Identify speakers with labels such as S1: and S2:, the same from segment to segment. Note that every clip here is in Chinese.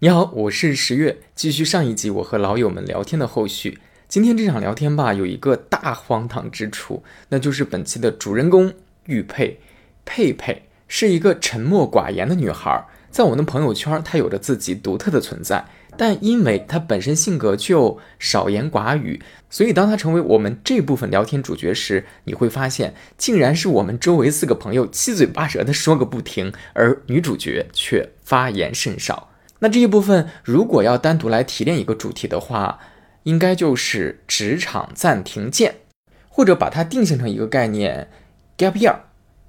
S1: 你好，我是十月，继续上一集我和老友们聊天的后续。今天这场聊天吧，有一个大荒唐之处，那就是本期的主人公玉佩，佩佩是一个沉默寡言的女孩，在我们的朋友圈，她有着自己独特的存在，但因为她本身性格就少言寡语，所以当她成为我们这部分聊天主角时，你会发现，竟然是我们周围四个朋友七嘴八舌的说个不停，而女主角却发言甚少。那这一部分如果要单独来提炼一个主题的话，应该就是职场暂停键，或者把它定性成一个概念，gap year，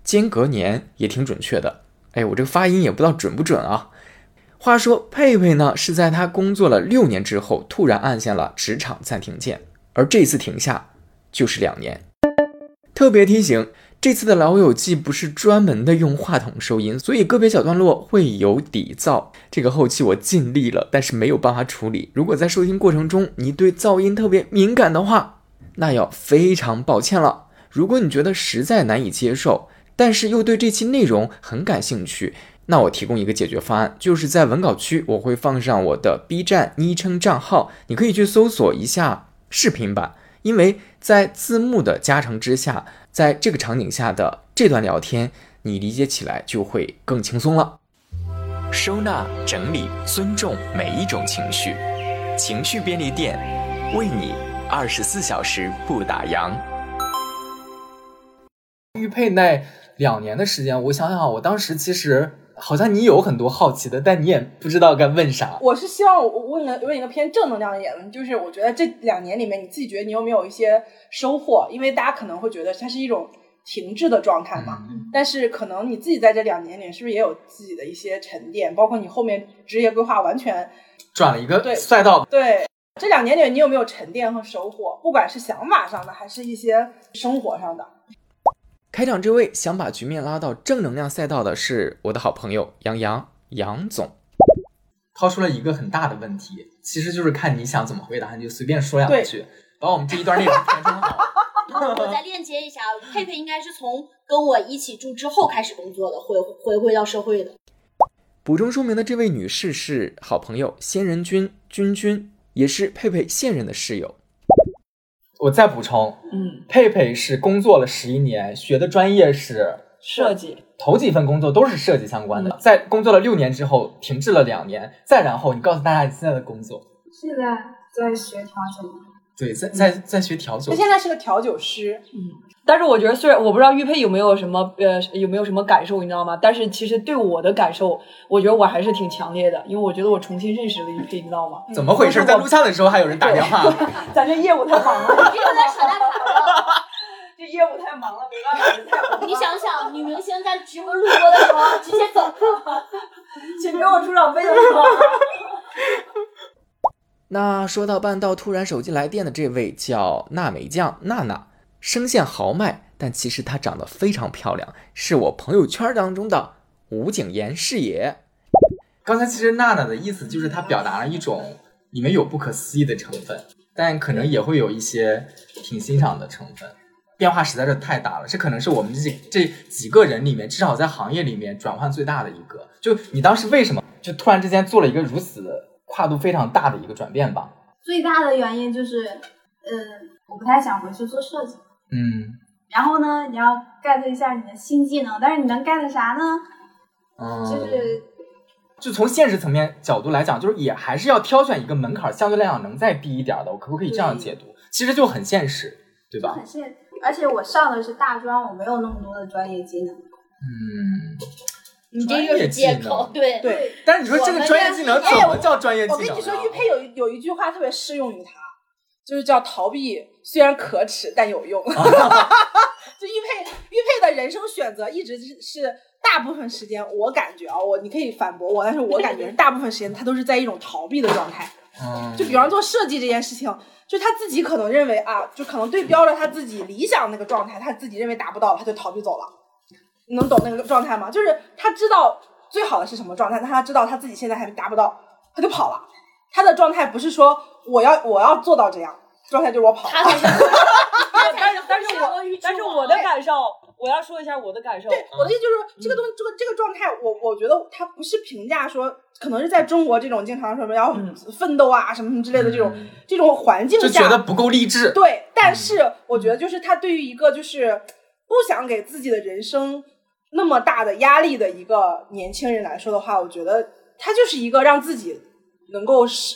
S1: 间隔年也挺准确的。哎，我这个发音也不知道准不准啊。话说佩佩呢是在她工作了六年之后，突然按下了职场暂停键，而这次停下就是两年。特别提醒，这次的老友记不是专门的用话筒收音，所以个别小段落会有底噪。这个后期我尽力了，但是没有办法处理。如果在收听过程中你对噪音特别敏感的话，那要非常抱歉了。如果你觉得实在难以接受，但是又对这期内容很感兴趣，那我提供一个解决方案，就是在文稿区我会放上我的 B 站昵称账号，你可以去搜索一下视频版。因为在字幕的加成之下，在这个场景下的这段聊天，你理解起来就会更轻松了。收纳、整理、尊重每一种情绪，情绪便利店为你二十四小时不打烊。玉佩那两年的时间，我想啊想，我当时其实好像你有很多好奇的，但你也不知道该问啥。
S2: 我是希望我问个问一个偏正能量一点的，就是我觉得这两年里面，你自己觉得你有没有一些收获？因为大家可能会觉得它是一种停滞的状态
S1: 嗯
S2: 嘛，但是可能你自己在这两年里是不是也有自己的一些沉淀？包括你后面职业规划完全
S1: 转了一个
S2: 对
S1: 赛道，
S2: 对这两年里你有没有沉淀和收获？不管是想法上的，还是一些生活上的。
S1: 开场这位想把局面拉到正能量赛道的是我的好朋友杨洋杨总，抛出了一个很大的问题，其实就是看你想怎么回答，你就随便说两
S2: 对
S1: 句，把我们这一段内容填充好。
S3: 我再链接一下，佩佩应该是从跟我一起住之后开始工作的，回回归到社会的。
S1: 补充说明的这位女士是好朋友仙人君君君，也是佩佩现任的室友。我再补充，
S4: 嗯，
S1: 佩佩是工作了十一年，学的专业是
S4: 设计
S1: 头几份工作都是设计相关的，在工作了六年之后停滞了两年，再然后你告诉大家你现在的工作。
S5: 现在在学调酒，
S1: 对，在在在学调酒
S2: 他，现在是个调酒师，
S4: 但是我觉得，虽然我不知道玉佩有没有什么呃有没有什么感受，你知道吗？但是其实对我的感受，我觉得我还是挺强烈的，因为我觉得我重新认识了玉佩，你知道吗？
S1: 怎么回事？在录像的时候还有人打电话，啊
S4: 咱这业务太忙了，
S3: 别在扯淡卡
S4: 这业务太忙了，没办法，人太忙
S3: 了，你想想，女明星在直播录播的时候直接走，
S4: 请给我出场费的时候，
S1: 那说到半道，突然手机来电的这位叫娜美酱娜娜，声线豪迈，但其实她长得非常漂亮，是我朋友圈当中的吴谨言是也。刚才其实娜娜的意思就是她表达了一种里面有不可思议的成分，但可能也会有一些挺欣赏的成分。变化实在是太大了，这可能是我们这这几个人里面，至少在行业里面转换最大的一个。就你当时为什么就突然之间做了一个如此跨度非常大的一个转变吧？
S5: 最大的原因就是，嗯，我不太想回去做设计。
S1: 嗯
S5: 然后呢，你要 get 一下你的新技能，但是你能 get 啥呢？
S1: 嗯，
S5: 就是
S1: 就从现实层面角度来讲，就是也还是要挑选一个门槛，相对来讲能再低一点的，我可不可以这样解
S2: 嗯
S1: 读？其实就很现实，对吧？
S5: 很现，而且我上的是大专，我没有那么多的专业技能。
S1: 嗯，
S3: 你这就是借口。对，
S2: 对。
S1: 但是你说这个专业技能怎么叫专业技
S2: 哎我
S1: 能
S2: 跟
S1: 呢？
S2: 你说，玉佩有有一句话特别适用于他，就是叫逃避虽然可耻但有用。就玉佩，玉佩的人生选择一直是是大部分时间，我感觉啊，我你可以反驳我，但是我感觉是大部分时间他都是在一种逃避的状态。
S1: 嗯，
S2: 就比方做设计这件事情，就他自己可能认为啊，就可能对标着他自己理想那个状态，他自己认为达不到，他就逃避走了。你能懂那个状态吗？就是他知道最好的是什么状态，但他知道他自己现在还达不到，他就跑了。他的状态不是说我要我要做到这样，状态就是我跑了。
S3: 他才是，他才
S4: 但
S3: 是
S4: 是但是我但是我的感受，我要说一下我的感受。
S2: 对，我的意思就是说，这个东西，这个这个状态，我我觉得它不是评价说，可能是在中国这种经常什么要
S4: 嗯
S2: 奋斗啊，什么什么之类的这种、
S1: 嗯
S2: 这种环境
S1: 就
S2: 下，
S1: 觉得不够励志。
S2: 对，
S3: 嗯
S2: 但是我觉得就是他对于一个就是不想给自己的人生那么大的压力的一个年轻人来说的话，我觉得他就是一个让自己能够适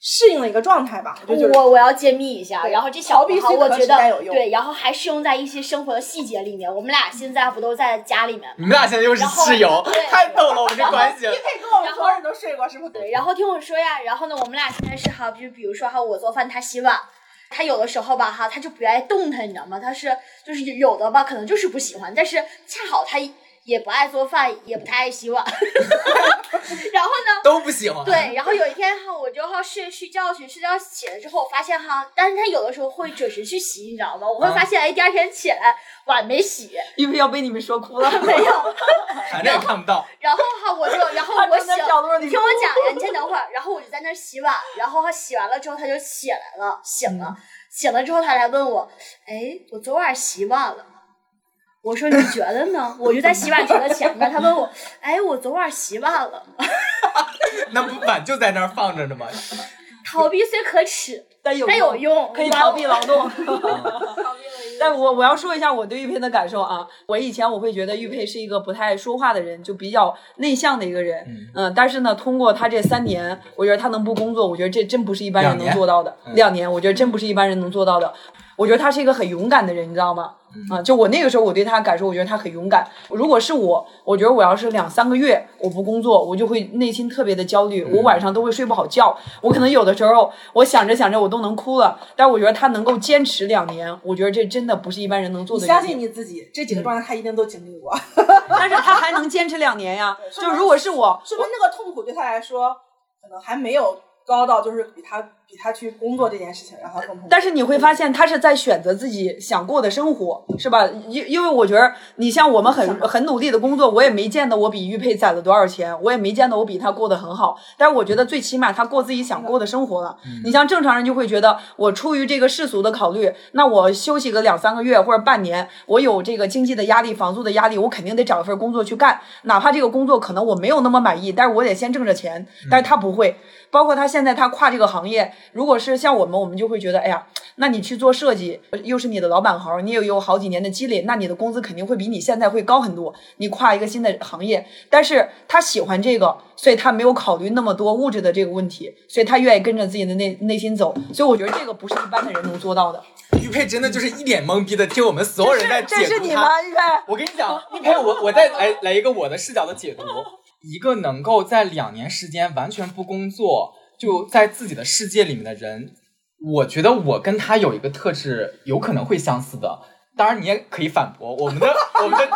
S2: 适应的一个状态吧。我觉得就是
S3: 我我要揭秘一下，
S2: 对
S3: 然后这小
S2: 逃避
S3: 好，
S2: 虽
S3: 我
S2: 可
S3: 觉
S2: 耻但有
S3: 得
S2: 用
S3: 对，然后还适用在一些生活的细节里面。我们俩现在不都在家里面吗？
S1: 你们俩现在又是室友
S3: 然后对，
S1: 太逗了，我们这关系
S2: 你。可以跟我们
S3: 然后
S2: 所有人都睡过，是不是？
S3: 对，然后听我说呀，然后呢，我们俩现在是哈，就比如说哈，我做饭，他洗碗。他有的时候吧，哈，他就不愿意动弹，你知道吗？他是就是有的吧，可能就是不喜欢，但是恰好他也不爱做饭，也不太爱洗碗。 然后呢，
S1: 都不喜欢。
S3: 对，然后有一天哈，我就哈睡睡觉去，睡觉起来之后，我发现哈，但是他有的时候会准时去洗，你知道吗？我会发现，哎，第二天起来碗没洗，
S4: 玉佩要被你们说 哭了，
S3: 没有，
S1: 反正也看不到。
S3: 然后哈，我就然 后我
S4: 站
S3: 醒
S4: 在，角落里
S3: 你听我讲呀，你先等会儿。然后我就在那儿洗碗，然后他洗完了之后他就起来了，醒了，醒了之后他来问我，哎，我昨晚洗碗了吗。我说你觉得 呢？我就在洗碗池的前面，他问我，哎，我昨晚洗碗了吗，
S1: 那不碗就在那儿放着呢吗？
S3: 逃避虽可耻，
S4: 但有
S3: 但有用，
S4: 可以
S3: 你把
S4: 逃
S3: 我
S4: 避劳动。但我我要说一下我对玉佩的感受啊，我以前我会觉得玉佩是一个不太说话的人，就比较内向的一个人，嗯、但是呢，通过他这三年，我觉得他能不工作，我觉得这真不是一般人
S1: 两
S4: 能
S1: 年嗯
S4: 做到的。两年，我觉得真不是一般人能做到的。我觉得他是一个很勇敢的人，你知道吗？
S1: 嗯
S4: 啊、就我那个时候我对他的感受，我觉得他很勇敢。如果是我，我觉得我要是两三个月我不工作，我就会内心特别的焦虑，
S1: 嗯
S4: 我晚上都会睡不好觉。我可能有的时候我想着想着我都能哭了，但我觉得他能够坚持两年，我觉得这真的不是一般人能做
S2: 你
S4: 的。
S2: 相信你自己，这几
S3: 嗯
S2: 个状态他一定都经历过，
S4: 但是他还能坚持两年 呀。
S2: 说
S4: 就
S2: 明
S4: 如果是我，
S2: 说明那个痛苦对他来说可能还没有高到就是比他比他去工作这件事情让他更痛苦。
S4: 但是你会发现，他是在选择自己想过的生活，是吧？因因为我觉得，你像我们很很努力的工作，我也没见得我比玉佩攒了多少钱，我也没见得我比他过得很好。但是我觉得，最起码他过自己想过的生活了。
S1: 嗯
S4: 你像正常人就会觉得，我出于这个世俗的考虑，那我休息个两三个月或者半年，我有这个经济的压力、房租的压力，我肯定得找一份工作去干。哪怕这个工作可能我没有那么满意，但是我得先挣着钱。但是他不会，包括他现在他跨这个行业，如果是像我们，我们就会觉得，哎呀，那你去做设计，又是你的老板行，你也有好几年的积累，那你的工资肯定会比你现在会高很多。你跨一个新的行业，但是他喜欢这个，所以他没有考虑那么多物质的这个问题，所以他愿意跟着自己的内内心走。所以我觉得这个不是一般的人能做到的。
S1: 玉佩真的就是一脸懵逼的听我们所有人在
S4: 这
S1: 解
S4: 是
S1: 读
S4: 你
S1: 他。
S4: 吗，玉佩？
S1: 我跟你讲，玉佩，我我再来来一个我的视角的解读。一个能够在两年时间完全不工作，就在自己的世界里面的人，我觉得我跟他有一个特质，有可能会相似的。当然，你也可以反驳我们的我们的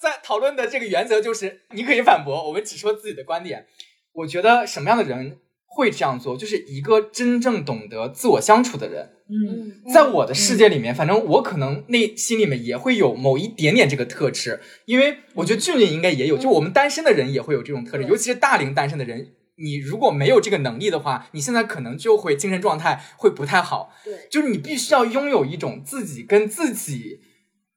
S1: 在讨论的这个原则就是，你可以反驳，我们只说自己的观点。我觉得什么样的人会这样做，就是一个真正懂得自我相处的人。
S4: 嗯，
S3: 嗯，
S1: 在我的世界里面，反正我可能内心里面也会有某一点点这个特质，因为我觉得俊俊应该也有，就我们单身的人也会有这种特质，尤其是大龄单身的人，你如果没有这个能力的话，你现在可能就会精神状态会不太好，
S3: 对，
S1: 就是你必须要拥有一种自己跟自己，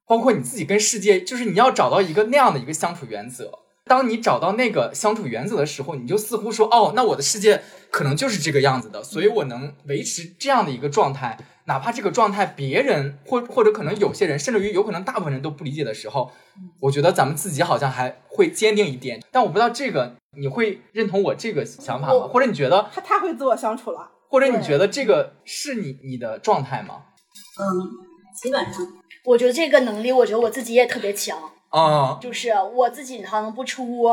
S1: 包括你自己跟世界，就是你要找到一个那样的一个相处原则。当你找到那个相处原则的时候，你就似乎说，哦，那我的世界可能就是这个样子的，所以我能维持这样的一个状态，哪怕这个状态别人或或者可能有些人，甚至于有可能大部分人都不理解的时候，
S3: 嗯
S1: 我觉得咱们自己好像还会坚定一点。但我不知道这个你会认同我这个想法吗？
S3: 我
S1: 或者你觉得，
S2: 他太会自我相处了，
S1: 或者你觉得这个是你你的状态吗？
S6: 嗯，基本上
S3: 我觉得这个能力，我觉得我自己也特别强，
S1: 啊、
S3: 就是我自己好像不出屋，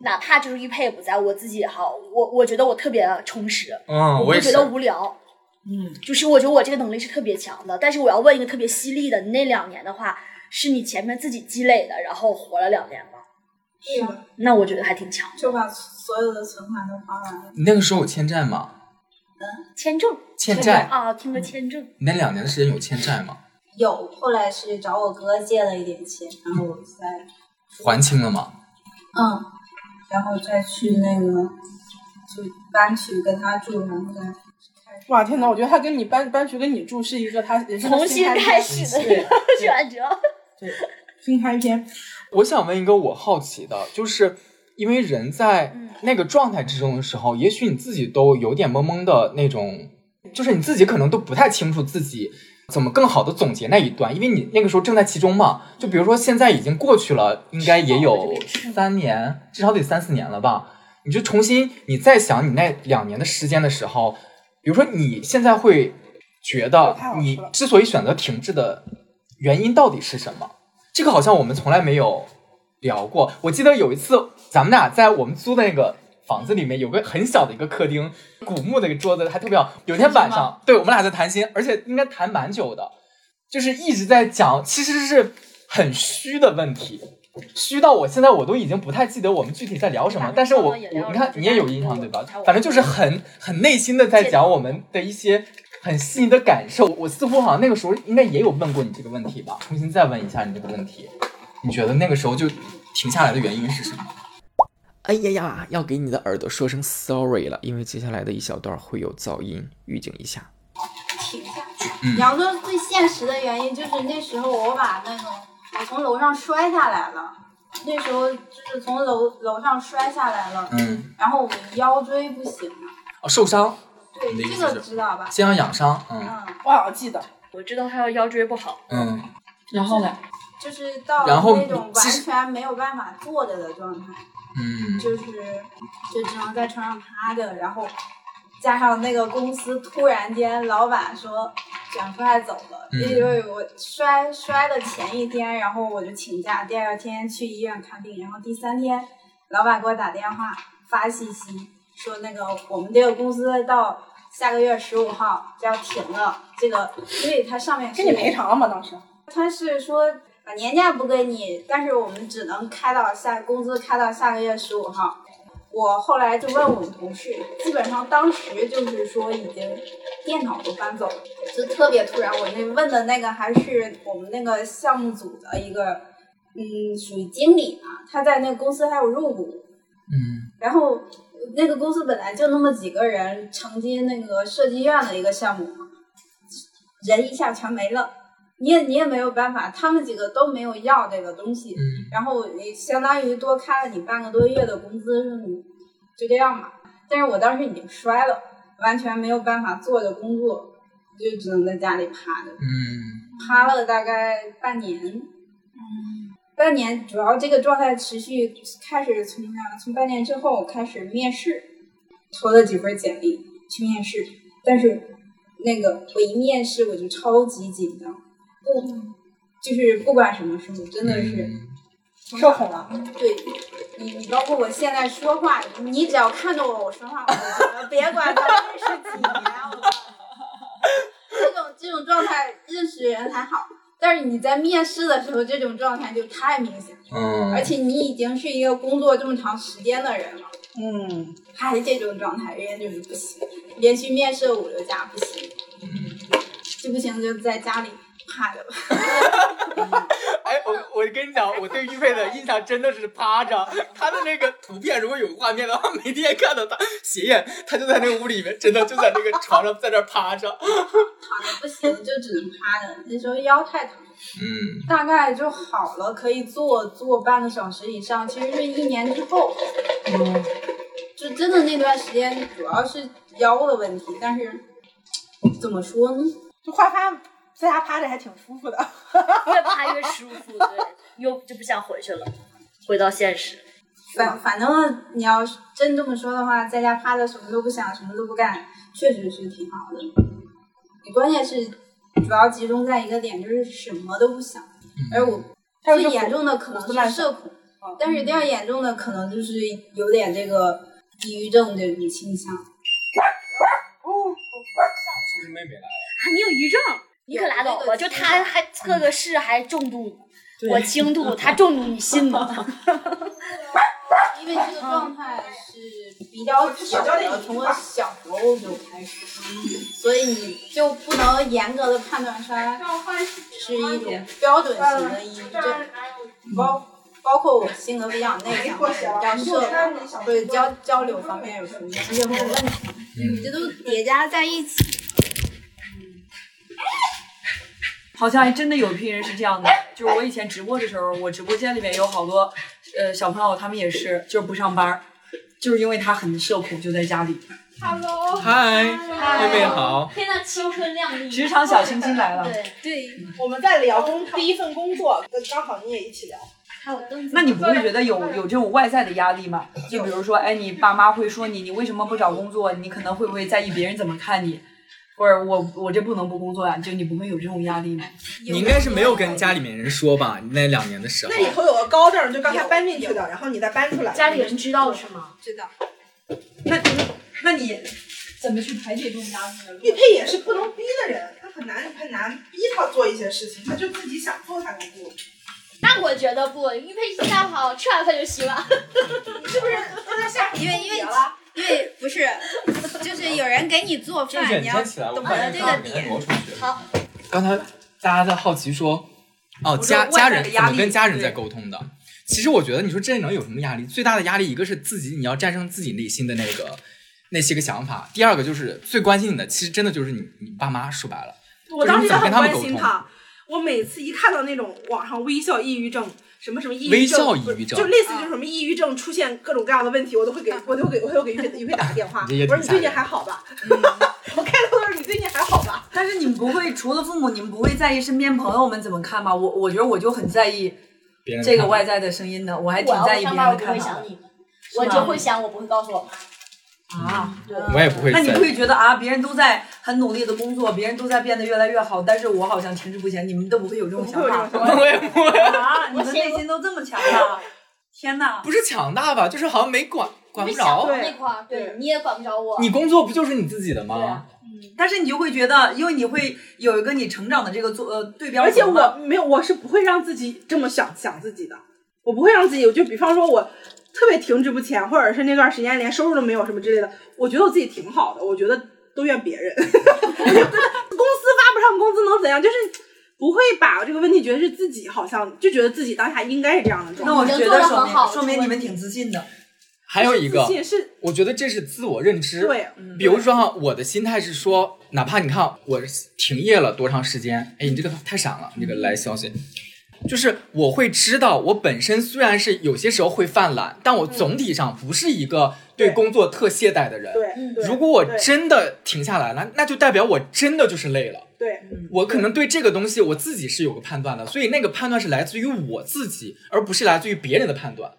S3: 哪怕就是玉佩也不在，我自己哈，我我觉得我特别充实，
S1: 嗯，
S3: 我
S1: 也
S3: 不
S1: 是
S3: 觉。得无聊。
S4: 嗯，
S3: 就是我觉得我这个能力是特别强的，但是我要问一个特别犀利的，你那两年的话，是你前面自己积累的，然后活了两年吗？
S6: 是的，
S3: 那我觉得还挺强。
S6: 就把所有的存款都花完了。
S1: 你那个时候有欠债吗？
S3: 签证
S1: 欠
S4: 债
S1: 债？
S3: 啊，听个签证，
S1: 你那两年的时间有欠债吗？
S6: 有，后来是找我哥借了一点钱，然后我再
S1: 还清了吗？
S6: 嗯，然后再去那个就搬去跟他住，然后再开始
S2: 哇天哪！我觉得他跟你搬搬去跟你住是一个他人生的
S3: 重新
S2: 态
S3: 开始的一个转折。
S2: 对，听开篇，
S1: 我想问一个我好奇的，就是因为人在
S3: 嗯
S1: 那个状态之中的时候，也许你自己都有点懵懵的那种，就是你自己可能都不太清楚自己怎么更好的总结那一段，因为你那个时候正在其中嘛。就比如说现在已经过去了，应该也有三年，至少得三四年了吧。你就重新你再想你那两年的时间的时候，比如说你现在会觉
S2: 我
S1: 得
S2: 太好
S1: 你
S2: 吃了
S1: 之所以选择停滞的原因到底是什么？这个好像我们从来没有聊过。我记得有一次，咱们俩在我们租的那个房子里面有个很小的一个客厅，古木的一个桌子，还特别好。有一天晚上，对我们俩在谈心，而且应该谈蛮久的，就是一直在讲，其实是很虚的问题。虚到我现在我都已经不太记得我们具体在聊什么，但是我我你看你也有印象对吧？反正就是很很内心的在讲我们的一些很细腻的感受。我似乎好像那个时候应该也有问过你这个问题吧？重新再问一下你这个问题。你觉得那个时候就停下来的原因是什么？哎呀呀，要给你的耳朵说声 sorry 了，因为接下来的一小段会有噪音，预警一下。
S5: 停下
S1: 嗯。
S5: 你要说最现实的原因，就是那时候我把那种我从楼上摔下来了，那时候就是从楼楼上摔下来了，
S1: 嗯，
S5: 然后我腰椎不行了，
S1: 哦，受伤，
S5: 对
S1: 你的意
S5: 这
S1: 思
S5: 个
S1: 是
S5: 知道吧？
S1: 肩膀养伤。嗯
S5: 嗯，
S2: 我好像记得，
S3: 我知道他要腰椎不好，
S1: 嗯，
S4: 然后呢？
S5: 就是到
S1: 然后
S5: 那种
S1: 其
S5: 完
S1: 实
S5: 全没有办法坐着的状态，
S1: 嗯，
S5: 就是就只能在床上趴着，然后加上那个公司突然间老板说卷铺盖走了，
S1: 嗯
S5: 因为我摔摔的前一天，然后我就请假，第二天去医院看病，然后第三天老板给我打电话发信息说那个我们这个公司到。下个月十五号就要停了，这个，所以它上面是
S2: 给你赔偿了吗？当时
S5: 他是说把年假不给你，但是我们只能开到下工资开到下个月十五号。我后来就问我们同事，基本上当时就是说已经电脑都搬走了，就特别突然。我那问的那个还是我们那个项目组的一个，嗯，属于经理嘛，他在那个公司还有入股，
S1: 嗯
S5: 然后那个公司本来就那么几个人承接那个设计院的一个项目嘛，人一下全没了，你也你也没有办法，他们几个都没有要这个东西，
S1: 嗯
S5: 然后你相当于多开了你半个多月的工资，是你就这样吧。但是我当时已经摔了，完全没有办法坐着工作，就只能在家里趴着。
S1: 嗯
S5: 趴了大概半年，半年主要这个状态持续，开始从啥？从半年之后开始面试，投了几份简历去面试，但是那个我一面试我就超级紧张，不就是不管什么时候，真的是
S2: 社恐了，
S5: 对你，你包括我现在说话，你只要看着我，我说话，我就说别管他认识几年，我操这种这种状态认识人还好，但是你在面试的时候，这种状态就太明显了，
S1: 嗯
S5: 而且你已经是一个工作这么长时间的人了，
S2: 嗯，
S5: 还是这种状态，人家就是不行，连续面试五六家不行，就不行就在家里趴着吧。
S1: 哎，我我跟你讲，我对玉佩的印象真的是趴着，她的那个图片如果有画面的话，每天看到她斜眼，她就在那个屋里面，真的就在那个床上在那趴着。
S5: 不行就只能趴着，那时候腰太疼了。
S1: 嗯
S5: 大概就好了，可以坐坐半个小时以上。其实是一年之后，
S4: 嗯，
S5: 就真的那段时间主要是腰的问题，但是怎么说呢？
S2: 就花发在家趴着还挺舒服的。
S3: 越爬越舒服，对，又就不想回去了，回到现实。
S5: 反反正你要真这么说的话，在家趴着什么都不想，什么都不干，确实是挺好的。你关键是主要集中在一个点，就是什么都不想。而我
S2: 还有
S5: 最
S2: 就是
S5: 严重的可能
S2: 胡思乱啊
S5: 是
S2: 想
S5: 社恐，但是第二严重的可能就是有点这个抑郁症这种倾向。
S1: 是妹妹来
S3: 啊，你有抑郁症？你可拉倒吧！就他还测个试还重度呢，我轻度， 他重度，你信吗？
S5: 因为这个状
S2: 嗯
S5: 态是比较久的，从我小时候就开始，嗯所以你就不能严格的判断它是一种标准型的抑郁症，包包括我性格比较内向，比较社恐，对交交流方面有什么这些问题，
S1: 嗯
S5: 这都叠加在一起。
S4: 好像还真的有一批人是这样的，就是我以前直播的时候，我直播间里面有好多呃小朋友，他们也是就是不上班儿，就是因为他很社恐，就在家里。
S2: Hello，
S1: 嗨，妹妹好，
S3: 天呐，青春靓丽，
S4: 职场小清新来了。
S3: 对对，
S2: 我们在聊工第一份工作，刚好你也一起聊。
S3: 还有凳子。
S4: 那你不会觉得有有这种外在的压力吗？就比如说，哎，你爸妈会说你，你为什么不找工作？你可能会不会在意别人怎么看你？或者我我这不能不工作呀、就你不会有这种压力吗？
S1: 你应该是没有跟家里面人说吧？你那两年的时候
S2: 那，以后有个高证，就刚才搬进去的，然后你再搬出来。
S3: 家里人知道是吗？
S5: 知道，
S4: 那那你怎么去排解这种压力呢？
S2: 玉佩也是不能逼的人，他很难很难逼他做一些事情，他就自己想做他就做。
S3: 那我觉得不，玉佩现在好，吃完饭就洗碗。
S2: 你是不是刚才下
S5: 因为因为因为不是，就是有人给你做
S1: 这
S5: 饭，你要
S1: 起来，我
S5: 懂得这个点。
S7: 挪出去。
S3: 好，
S1: 刚才大家在好奇说，哦，
S4: 说
S1: 家
S4: 外
S1: 家
S4: 在的
S1: 人怎
S4: 压
S1: 么
S4: 力
S1: 跟家人
S4: 对
S1: 在沟通的？其实我觉得你说这能有什么压力？最大的压力一个是自己，你要战胜自己内心的那个那些个想法；第二个就是最关心你的，其实真的就是你你爸妈。说白了，
S2: 我当时也很
S1: 就是
S2: 关
S1: 你怎么
S2: 心
S1: 跟他们
S2: 他，我每次一看到那种网上微笑抑郁症，什么什么抑
S1: 微
S2: 郁症，
S1: 笑抑郁症
S2: 就类似于就是什么抑郁症出现各种各样的问题，我都会给，我都会给，我都会给于佩于佩打个电话，
S1: 你这也
S2: 我说
S1: 挺
S2: 你
S1: 吓
S2: 最近
S1: 人
S2: 还好吧？ 我开头都是你最近还好吧？
S4: 但是你们不会除了父母，你们不会在意身边朋友们怎么看吗？我我觉得我就很在意
S1: 别人
S4: 这个
S1: 外
S4: 外在的声音的，我还
S3: 我
S4: 挺
S3: 要
S4: 在
S3: 不
S4: 意别
S3: 上
S4: 人
S3: 班，我
S4: 的
S3: 不会
S4: 看
S3: 想
S4: 法
S3: 你们，我就会想，我不会告诉我妈。
S4: 啊。
S5: 嗯
S1: 我也不会
S4: 那你
S1: 在
S4: 会觉得啊，别人都在很努力的工作，别人都在变得越来越好，但是我好像停滞不前，你们都不会有这种
S2: 不会
S4: 想
S2: 有这
S4: 法
S2: 种。想法。
S1: 我也不会，
S4: 啊，你们内心都这么强大！天哪，
S1: 不是强大吧？就是好像没管管不
S2: 对
S1: 着。
S3: 那块儿，对
S2: 对，
S3: 你也管不着我。
S1: 你工作不就是你自己的
S3: 对
S1: 吗
S3: 啊？
S4: 但是你就会觉得，因为你会有一个你成长的这个做呃对标
S2: 而且
S4: 准嘛，
S2: 我没有，我是不会让自己这么想想自己的，我不会让自己，我就比方说我特别停滞不前，或者是那段时间连收入都没有什么之类的，我觉得我自己挺好的，我觉得都怨别人，我 就觉得公司发不上工资能怎样？就是不会把这个问题觉得是自己好像就觉得自己当下应该是这样的
S4: 那
S2: 状态。
S4: 我觉得
S3: 已经做得
S4: 说
S3: 很好
S4: 明
S3: 了
S4: 说明你们挺自信的。
S1: 还有一
S2: 自
S1: 个，
S2: 信是
S1: 我觉得这是自我认知。
S2: 对，
S4: 嗯
S1: 比如说哈，我的心态是说，哪怕你看我停业了多长时间，哎，你这个太闪了，你这个来消息，就是我会知道，我本身虽然是有些时候会犯懒，但我总体上不是一个对
S2: 对
S1: 工作特懈怠的人。
S2: 对，对
S1: 嗯如果我
S2: 对
S1: 真的停下来了，那就代表我真的就是累了。
S2: 对
S1: 我可能对这个东西我自己是有个判断的，所以那个判断是来自于我自己，而不是来自于别人的判断。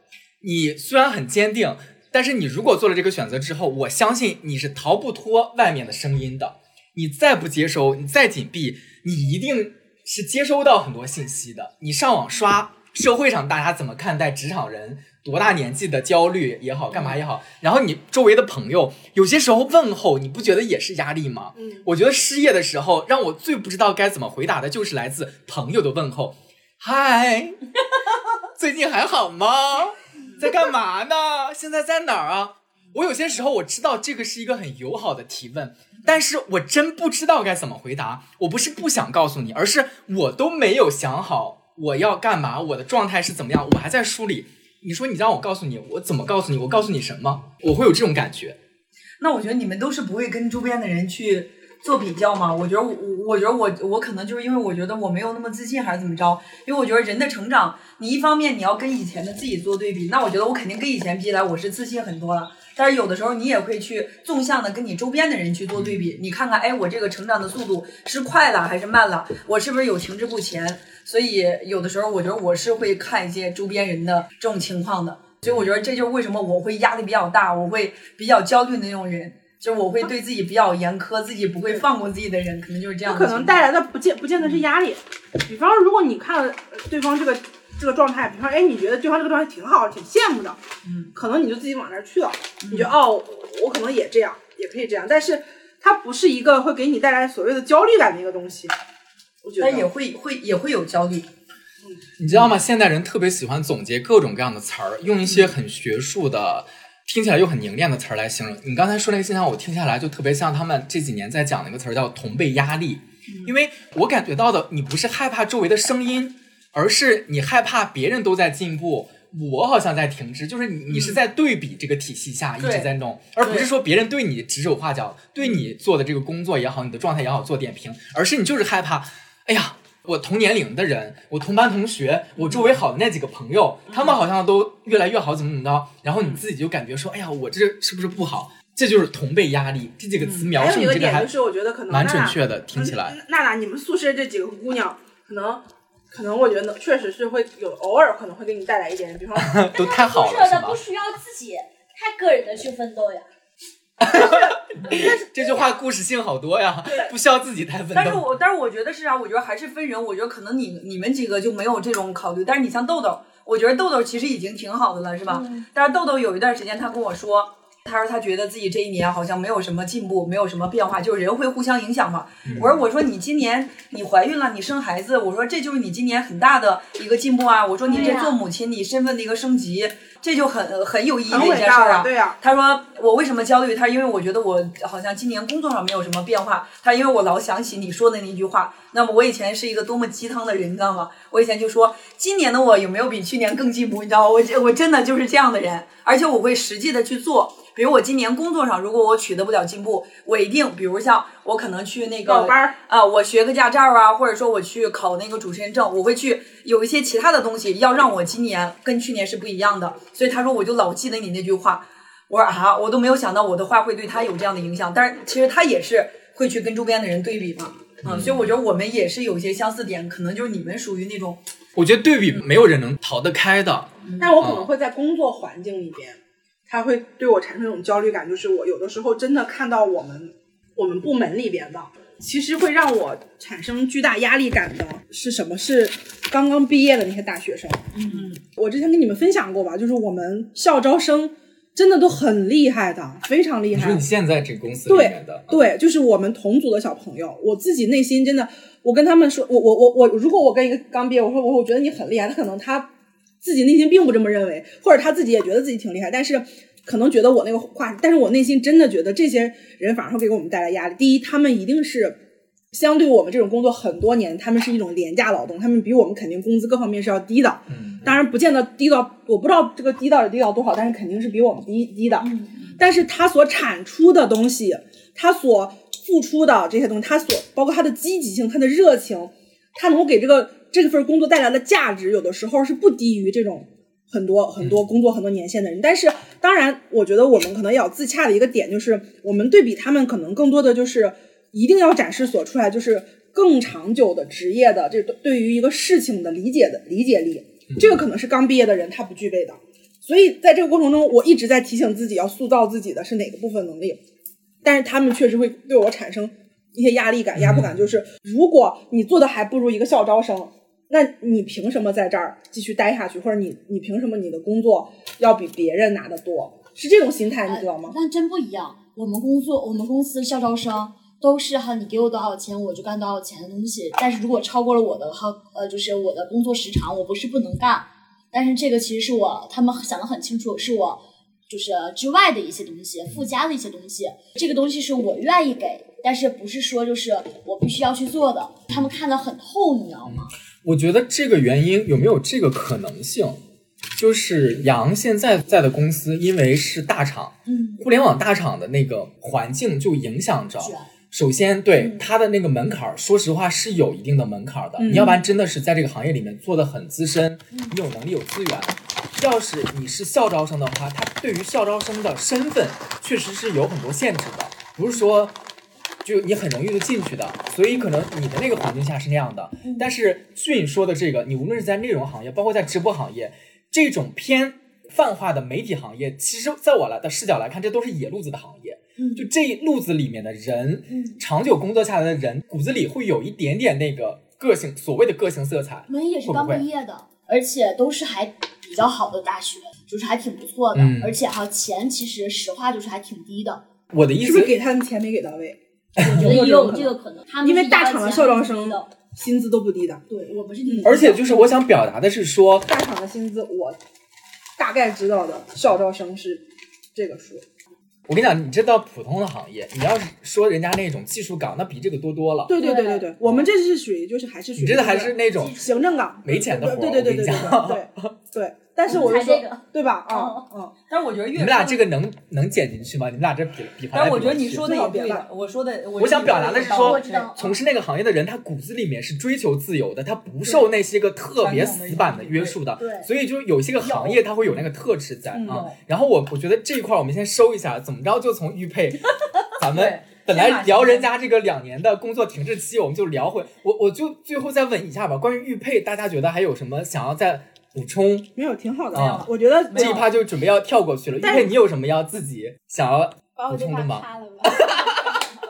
S1: 你虽然很坚定，但是你如果做了这个选择之后，我相信你是逃不脱外面的声音的。你再不接收，你再紧闭，你一定是接收到很多信息的。你上网刷社会上大家怎么看待职场人，多大年纪的焦虑也好，干嘛也好，然后你周围的朋友有些时候问候，你不觉得也是压力吗？
S2: 嗯，
S1: 我觉得失业的时候，让我最不知道该怎么回答的就是来自朋友的问候：“嗨， 最近还好吗？在干嘛呢？现在在哪儿啊？”我有些时候我知道这个是一个很友好的提问，但是我真不知道该怎么回答。我不是不想告诉你，而是我都没有想好我要干嘛，我的状态是怎么样，我还在梳理。你说你让我告诉你，我怎么告诉你？我告诉你什么？我会有这种感觉。
S4: 那我觉得你们都是不会跟周边的人去做比较嘛？我觉得我，我觉得我，我可能就是因为我觉得我没有那么自信，还是怎么着？因为我觉得人的成长，你一方面你要跟以前的自己做对比，那我觉得我肯定跟以前比起来我是自信很多了。但是有的时候你也会去纵向的跟你周边的人去做对
S2: 嗯
S4: 比，你看看，哎，我这个成长的速度是快了还是慢了？我是不是有停滞不前？所以有的时候我觉得我是会看一些周边人的这种情况的。所以我觉得这就是为什么我会压力比较大，我会比较焦虑的那种人，就是我会对自己比较严苛，自己不会放过自己的人，可能就是这
S2: 那
S4: 样的
S2: 可
S4: 情况。
S2: 能带来的不见不见得是压力。比方说，如果你看了呃对方这个这个状态，比方哎，你觉得对方这个状态挺好，挺羡慕的，
S4: 嗯，
S2: 可能你就自己往那儿去了，你觉得哦，我我可能也这样，也可以这样，但是它不是一个会给你带来所谓的焦虑感的一个东西，我觉得
S4: 但也会会也会有焦虑，
S1: 你知道吗？现代人特别喜欢总结各种各样的词儿，用一些很学术的、听起来又很凝练的词儿来形容。你刚才说那个现象，我听下来就特别像他们这几年在讲的一个词儿叫“同辈压力”，因为我感觉到的，你不是害怕周围的声音，而是你害怕别人都在进步。我好像在停滞，就是你，
S2: 嗯
S1: 你是在对比这个体系下一直
S4: 对
S1: 在弄，而不是说别人对你指手
S2: 嗯
S1: 画脚，对你做的这个工作也好，你的状态也好做点评，而是你就是害怕，哎呀，我同年龄的人，我同班同学，我周围好的那几个朋友，
S2: 嗯
S1: 他们好像都越来越好，怎么怎么着，然后你自己就感觉说，哎呀，我这是不是不好？这就是同辈压力，这几个词描
S2: 嗯还
S1: 述
S2: 有
S1: 你
S2: 一个
S1: 这个
S2: 点
S1: 还
S2: 就是，我觉得可能
S1: 蛮
S2: 娜
S1: 准
S2: 娜
S1: 确的，听起来
S2: 嗯。娜娜，你们宿舍这几个姑娘，可能可能我觉得确实是会有偶尔可能会给你带来一点，比方 说
S1: 都太好
S3: 宿舍
S1: 了，是
S3: 的
S1: 吧
S3: 不？需要自己太个人的去奋斗呀。
S1: 这句话故事性好多呀，不需要自己太奋
S4: 但是
S1: 斗。
S4: 我但是我觉得是啥、我觉得还是分人。我觉得可能你你们几个就没有这种考虑，但是你像豆豆，我觉得豆豆其实已经挺好的了，是吧？但是豆豆有一段时间他跟我说，他说他觉得自己这一年好像没有什么进步，没有什么变化，就是人会互相影响嘛。我说我说你今年你怀孕了，你生孩子，我说这就是你今年很大的一个进步啊。我说你
S3: 对
S4: 这
S3: 呀
S4: 做母亲，你身份的一个升级，这就很很有意义的
S2: 很
S4: 一
S2: 伟
S4: 件事儿
S2: 大
S4: 啊
S2: 了，。对呀、
S4: 他说我为什么焦虑？他说因为我觉得我好像今年工作上没有什么变化。他说因为我老想起你说的那句话。那么我以前是一个多么鸡汤的人，你知道吗？ 我以前就说今年的我有没有比去年更进步？你知道吗我这我真的就是这样的人，而且我会实际的去做。比如我今年工作上，如果我取得不了进步，我一定，比如像我可能去那
S2: 报
S4: 个
S2: 班儿
S4: 啊，我学个驾照啊，或者说我去考那个主持人证，我会去有一些其他的东西，要让我今年跟去年是不一样的。所以他说，我就老记得你那句话。我说啊，我都没有想到我的话会对他有这样的影响，但是其实他也是会去跟周边的人对比嘛。嗯，所以我觉得我们也是有一些相似点，可能就是你们属于那种
S1: 我觉得对比没有人能逃得开的。
S2: 但我可
S1: 嗯
S2: 能会在工作环境里边，他会对我产生一种焦虑感，就是我有的时候真的看到我们我们部门里边的，其实会让我产生巨大压力感的是什么？是刚刚毕业的那些大学生。嗯，我之前跟你们分享过吧，就是我们校招生真的都很厉害的，非常厉
S1: 你
S2: 害
S1: 说你。现在这个公司里
S2: 对
S1: 面的，
S2: 对，就是我们同组的小朋友，我自己内心真的，我跟他们说，我我我我，如果我跟一个刚毕业，我说我我觉得你很厉害，他可能他自己内心并不这么认为，或者他自己也觉得自己挺厉害，但是可能觉得我那个话，但是我内心真的觉得这些人反而会给我们带来压力。第一，他们一定是相对我们这种工作很多年，他们是一种廉价劳动，他们比我们肯定工资各方面是要低的。
S1: 嗯，
S2: 当然不见得低到，我不知道这个低到底低到多少，但是肯定是比我们低低的。但是他所产出的东西，他所付出的这些东西，他所包括他的积极性、他的热情，他能够给这个这份工作带来的价值，有的时候是不低于这种很多很多工作很多年限的人。但是，当然，我觉得我们可能也要自洽的一个点就是，我们对比他们，可能更多的就是一定要展示所出来就是更长久的职业的这对于一个事情的理解的理解力，这个可能是刚毕业的人他不具备的。所以在这个过程中，我一直在提醒自己要塑造自己的是哪个部分能力，但是他们确实会对我产生一些压力感、压迫感，就是如果你做的还不如一个校招生，那你凭什么在这儿继续待下去？或者你你凭什么你的工作要比别人拿的多？是这种心态，你知道吗？
S3: 但真不一样。我们工作，我们公司校招生都是哈，你给我多少钱，我就干多少钱的东西。但是如果超过了我的哈，呃，就是我的工作时长，我不是不能干。但是这个其实是我他们想的很清楚，是我就是之外的一些东西，附加的一些东西。这个东西是我愿意给，但是不是说就是我必须要去做的。他们看得很透，你知道吗？
S1: 我觉得这个原因有没有这个可能性？就是杨现在在的公司，因为是大厂，
S3: 嗯，
S1: 互联网大厂的那个环境就影响着。
S3: 卷，
S1: 首先，对
S3: 啊嗯
S1: 它的那个门槛儿，说实话是有一定的门槛儿的。
S2: 嗯
S1: 你要不然真的是在这个行业里面做的很资深，
S3: 嗯
S1: 你有能力有资源。要是你是校招生的话，它对于校招生的身份确实是有很多限制的，不是说就你很容易就进去的。所以可能你的那个环境下是那样的。
S3: 嗯
S1: 但是俊说的这个，你无论是在内容行业，包括在直播行业，这种偏泛化的媒体行业，其实在我来的视角来看，这都是野路子的行业。
S3: 嗯
S1: 就这一路子里面的人，
S3: 嗯
S1: 长久工作下来的人，骨子里会有一点点那个个性，所谓的个性色彩。
S3: 我们也
S1: 会
S3: 是
S1: 不
S3: 刚
S1: 会
S3: 毕业的，而且都是还比较好的大学，就是还挺不错的，
S1: 嗯
S3: 而且哈钱其实实话就是还挺低的，
S1: 我的意
S2: 是
S1: 思
S2: 不是，给他们钱没给到位，
S3: 我觉得也有这个可能。他们
S2: 因为
S3: 是
S2: 大
S3: 要
S2: 厂的
S3: 钱
S2: 校招
S3: 很
S2: 生
S3: 低的
S2: 薪资都不低的，
S3: 对我们是低的，
S1: 而且就是我想表达的是说，
S2: 大厂的薪资我大概知道的校招生是这个数。
S1: 我跟你讲，你这到普通的行业，你要是说人家那种技术岗，那比这个多多了。
S2: 对对对对
S3: 对
S2: 对，我们这是属于就是还是属于
S1: 你这个还是那种
S2: 行政岗，
S1: 没钱的活儿
S2: 对对对对对
S1: 我跟你讲
S2: 对对，对，但是我就
S5: 才
S2: 说
S5: 这个，
S2: 对
S3: 哦
S2: 吧？嗯嗯，
S4: 但是我觉得
S1: 你
S4: 越
S1: 们俩这个能能剪进去吗？你们俩这比比划来比划去。
S4: 但是我觉得你说的也
S2: 最
S4: 对
S2: 好别
S4: 的，我说的，
S1: 我想表达的是
S2: 哦
S1: 说
S3: 我知
S2: 哎
S3: 道
S1: 从事那个行业的人，他骨子里面是追求自由的，他不受那些个特别死板的约束的，
S2: 对对
S1: 所以就有些个行业他会有那个特质在
S4: 嗯
S1: 啊。然后我我觉得这一块儿我们先收一下，怎么着就从玉佩，咱们
S4: 对
S1: 本来聊人家这个两年的工作停滞期，我们就聊回我我就最后再问一下吧，关于玉佩，大家觉得还有什么想要再补充？
S2: 没有，挺好的
S1: 啊。
S2: 我觉得
S1: 这一趴就准备要跳过去了，玉
S2: 但是
S1: 佩，你有什么要自己想要
S5: 把我这
S1: 补充
S5: 把
S1: 的吗
S5: 掐了吧。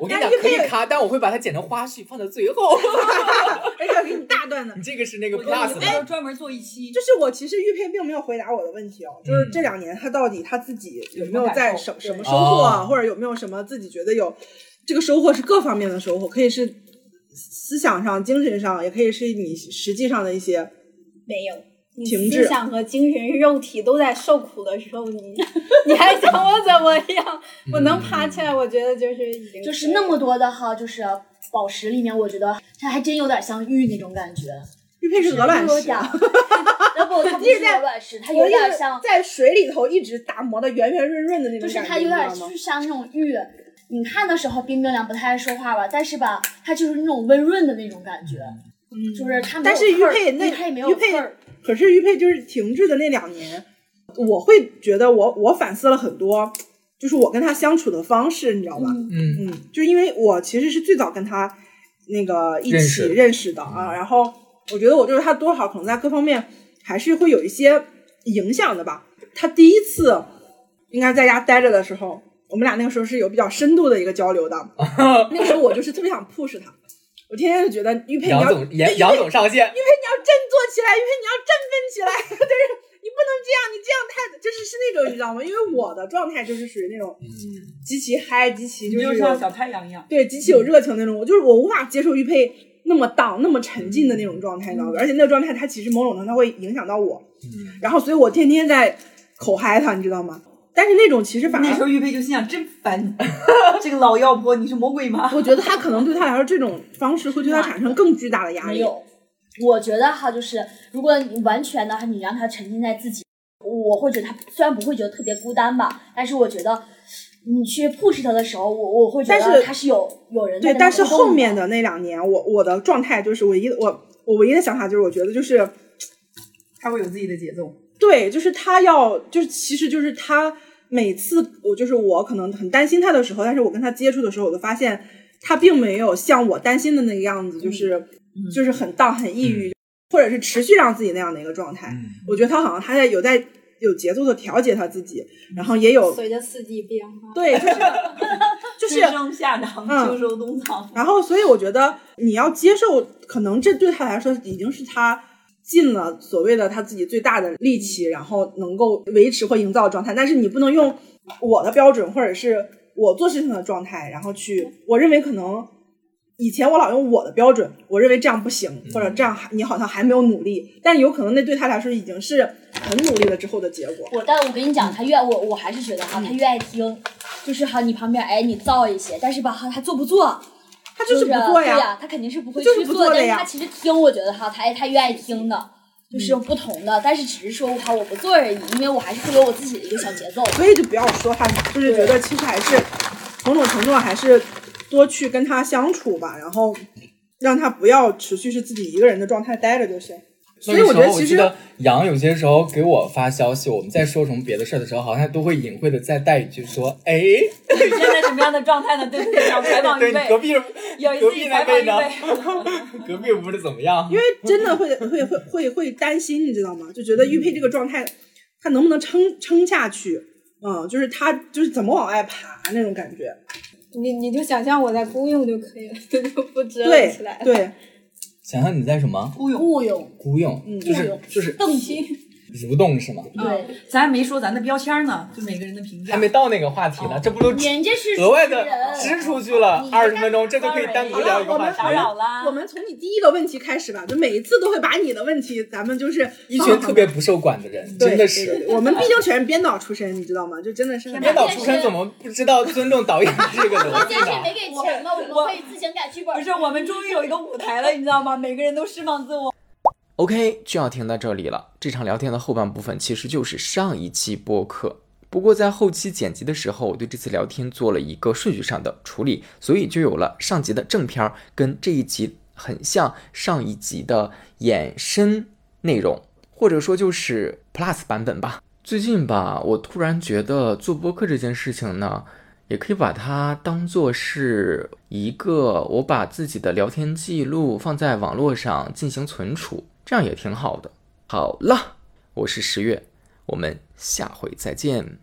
S1: 我跟你讲
S2: 但是
S1: 可
S2: 这
S1: 以
S2: 个
S1: 卡，但我会把它剪成花絮放在最后。
S2: 而且要哎给你大段的
S1: 你。这个是那个
S4: 我觉得
S1: plus
S4: 你
S1: 的
S4: 们专门做一期，
S2: 就是我其实玉佩并没有回答我的问题
S1: 嗯
S2: 哦，就是这两年他到底他自己有没有在什
S4: 有什
S2: 什么
S4: 么感
S2: 收
S4: 受
S2: 获啊，
S1: 哦
S2: 或者有没有什么自己觉得有这个收获是各方面的收获，可以是思想上、精神上，也可以是你实际上的一些。
S5: 没有。你
S2: 停
S5: 思
S2: 滞
S5: 想和精神、肉体都在受苦的时候， 你你还想我怎么样？
S1: 嗯
S5: 我能爬起来，我觉得就是已 经
S3: 就是那么多的哈，就是宝石里面，我觉得它还真有点像玉那种感觉，
S2: 玉佩是鹅卵
S3: 有
S2: 石
S3: 点， 儿。要不它不是鹅卵石，它有点像，
S2: 在水里头一直打磨的圆圆润润的那
S3: 就
S2: 种
S3: 是
S2: 感觉，
S3: 它有点
S2: 你知道吗
S3: 就像那种玉。你看的时候冰冰凉不太爱说话吧，但是吧，它就是那种温润的那种感觉，就是它没有
S2: 但是玉
S3: 刺儿
S2: 佩那
S3: 玉佩没有
S2: 玉佩
S3: 刺儿，
S2: 可是玉佩就是停滞的那两年，我会觉得我我反思了很多，就是我跟他相处的方式，你知道吧？
S1: 嗯，
S2: 嗯，就因为我其实是最早跟他那个一
S1: 认
S2: 起
S1: 识嗯
S2: 认识的啊，然后我觉得我就是他多少可能在各方面还是会有一些影响的吧。他第一次应该在家待着的时候，我们俩那个时候是有比较深度的一个 交流的。那个时候我就是特别想 push 他，我天天就觉得玉佩你
S1: 杨
S2: 要
S1: 总杨杨总上线
S2: 玉，佩你要振作起来，玉佩你要振奋起来， 就是你不能这样，你这样太就是是那种你知道吗？因为我的状态就是属于那种极其嗨，极其
S4: 你
S2: 就
S4: 就是
S2: 有
S4: 像小太阳一样。
S2: 对极其有热情那种，我就是我无法接受玉佩那么荡、那么沉浸的那种状态，你知道
S4: 嗯
S2: 吧？而且那个状态它其实某种程度它会影响到我，
S1: 嗯
S2: 然后所以我天天在口嗨他，你知道吗？但是那种其实反
S4: 那时
S2: 而。
S4: 候玉佩就心想：真烦， 这个老妖婆，你是魔鬼吗？
S2: 我觉得他可能对他来说，这种方式会对他产生更巨大的压
S3: 没
S2: 力。
S3: 有。我觉得哈，就是如果你完全的哈，你让他沉浸在自己，我会觉得他虽然不会觉得特别孤单吧，但是我觉得你去 push 他的时候，我我会觉
S2: 但
S3: 得
S2: 是
S3: 他是有有人在
S2: 对，
S3: 那
S2: 但是
S3: 互动
S2: 后面的那两年，我我的状态就是我一我我唯一的想法就是，我觉得就是
S4: 他会有自己的节奏。
S2: 对，就是他要就是其实就是他每次我就是我可能很担心他的时候，但是我跟他接触的时候，我就发现他并没有像我担心的那个样子，就是、就是很荡很抑郁，或者是持续让自己那样的一个状态。
S1: 嗯
S2: 我觉得他好像他在有在有节奏的调节他自己，然后也有
S5: 随着四季变化。
S2: 对 就是就是
S4: 春生夏长，
S2: 嗯
S4: 秋收冬藏。
S2: 然后，所以我觉得你要接受，可能这对他来说已经是他尽了所谓的他自己最大的力气，然后能够维持或营造的状态。但是你不能用我的标准或者是我做事情的状态，然后去，我认为可能以前我老用我的标准，我认为这样不行，或者这样还你好像还没有努力，但有可能那对他来说已经是很努力了之后的结果。
S3: 我但我跟你讲，他越我我还是觉得
S2: 嗯
S3: 哈，他越爱听，就是哈你旁边哎你造一些，但是吧哈他做不做，
S2: 他就是不
S3: 是
S2: 做
S3: 对
S2: 呀，
S3: 他肯定是不会
S2: 就是
S3: 去
S2: 不做的
S3: 但是
S2: 呀嗯
S3: 他其实听，我觉得哈他哎他越爱听的，就是不同的，但是只是说哈我不做而已，因为我还是会有我自己的一个小节奏。
S2: 所以就不要说他，就是觉得其实还是某种程度上还是多去跟他相处吧，然后让他不要持续是自己一个人的状态待着就行。所以
S1: 那个
S2: 我觉得
S1: 时候
S2: 其
S1: 记
S2: 实
S1: 得杨有些时候给我发消息，我们在说什么别的事儿的时候，好像都会隐晦的再带一句说，哎，
S4: 你现在什么样的状态呢？对不 对？想采访
S1: 对
S4: 预
S1: 你隔壁
S4: 备，有一
S1: 隔
S4: 次你
S1: 壁
S4: 采
S1: 那
S4: 访
S1: 位呢
S4: 预备。
S1: 隔壁屋的怎么样？
S2: 因为真的会会会会会担心，你知道吗？就觉得玉佩这个状态，他能不能撑撑下去？嗯，就是他就是怎么往外爬那种感觉。
S5: 你你就想象我在雇佣就可以了， 这就不折腾
S2: 对
S5: 起来了。
S2: 对，
S1: 想想你在什么
S4: 忽悠，
S2: 哎
S3: 雇佣
S1: 孤用，
S2: 嗯
S1: 就是就是
S3: 动机，
S1: 蠕动是吗？
S3: 对，
S4: 咱还没说咱的标签呢，就每个人的评价。
S1: 还没到那个话题呢，这不都
S3: 人家是
S1: 额外的
S3: 主持人
S1: 支出去了
S3: 你
S1: 二十分钟，这就可以
S3: sorry
S1: 单独
S4: 好
S1: 聊
S4: 了，
S1: 一个
S4: 我
S1: 话
S4: 们打
S1: 题。
S4: 扰啦。
S2: 我们从你第一个问题开始吧，就每一次都会把你的问题，咱们就是
S1: 一群特别不受管的人，
S2: 对
S1: 真的
S2: 对对
S1: 是
S2: 对我们毕竟全是编导出身，你知道吗？就真的是很
S1: 编导出身怎么不知道尊重导演这个逻辑
S3: 人家是
S1: 呢？
S3: 没给钱吗？我们
S4: 我
S3: 可以自行改剧本。
S4: 不是，我们终于有一个舞台了，你知道吗？每个人都释放自我。
S1: OK，就要停到这里了。这场聊天的后半部分其实就是上一期播客，不过在后期剪辑的时候，我对这次聊天做了一个顺序上的处理，所以就有了上集的正片儿跟这一集很像上一集的衍生内容，或者说就是 Plus 版本吧。最近吧，我突然觉得做播客这件事情呢，也可以把它当做是一个我把自己的聊天记录放在网络上进行存储，这样也挺好的。好了，我是十月，我们下回再见。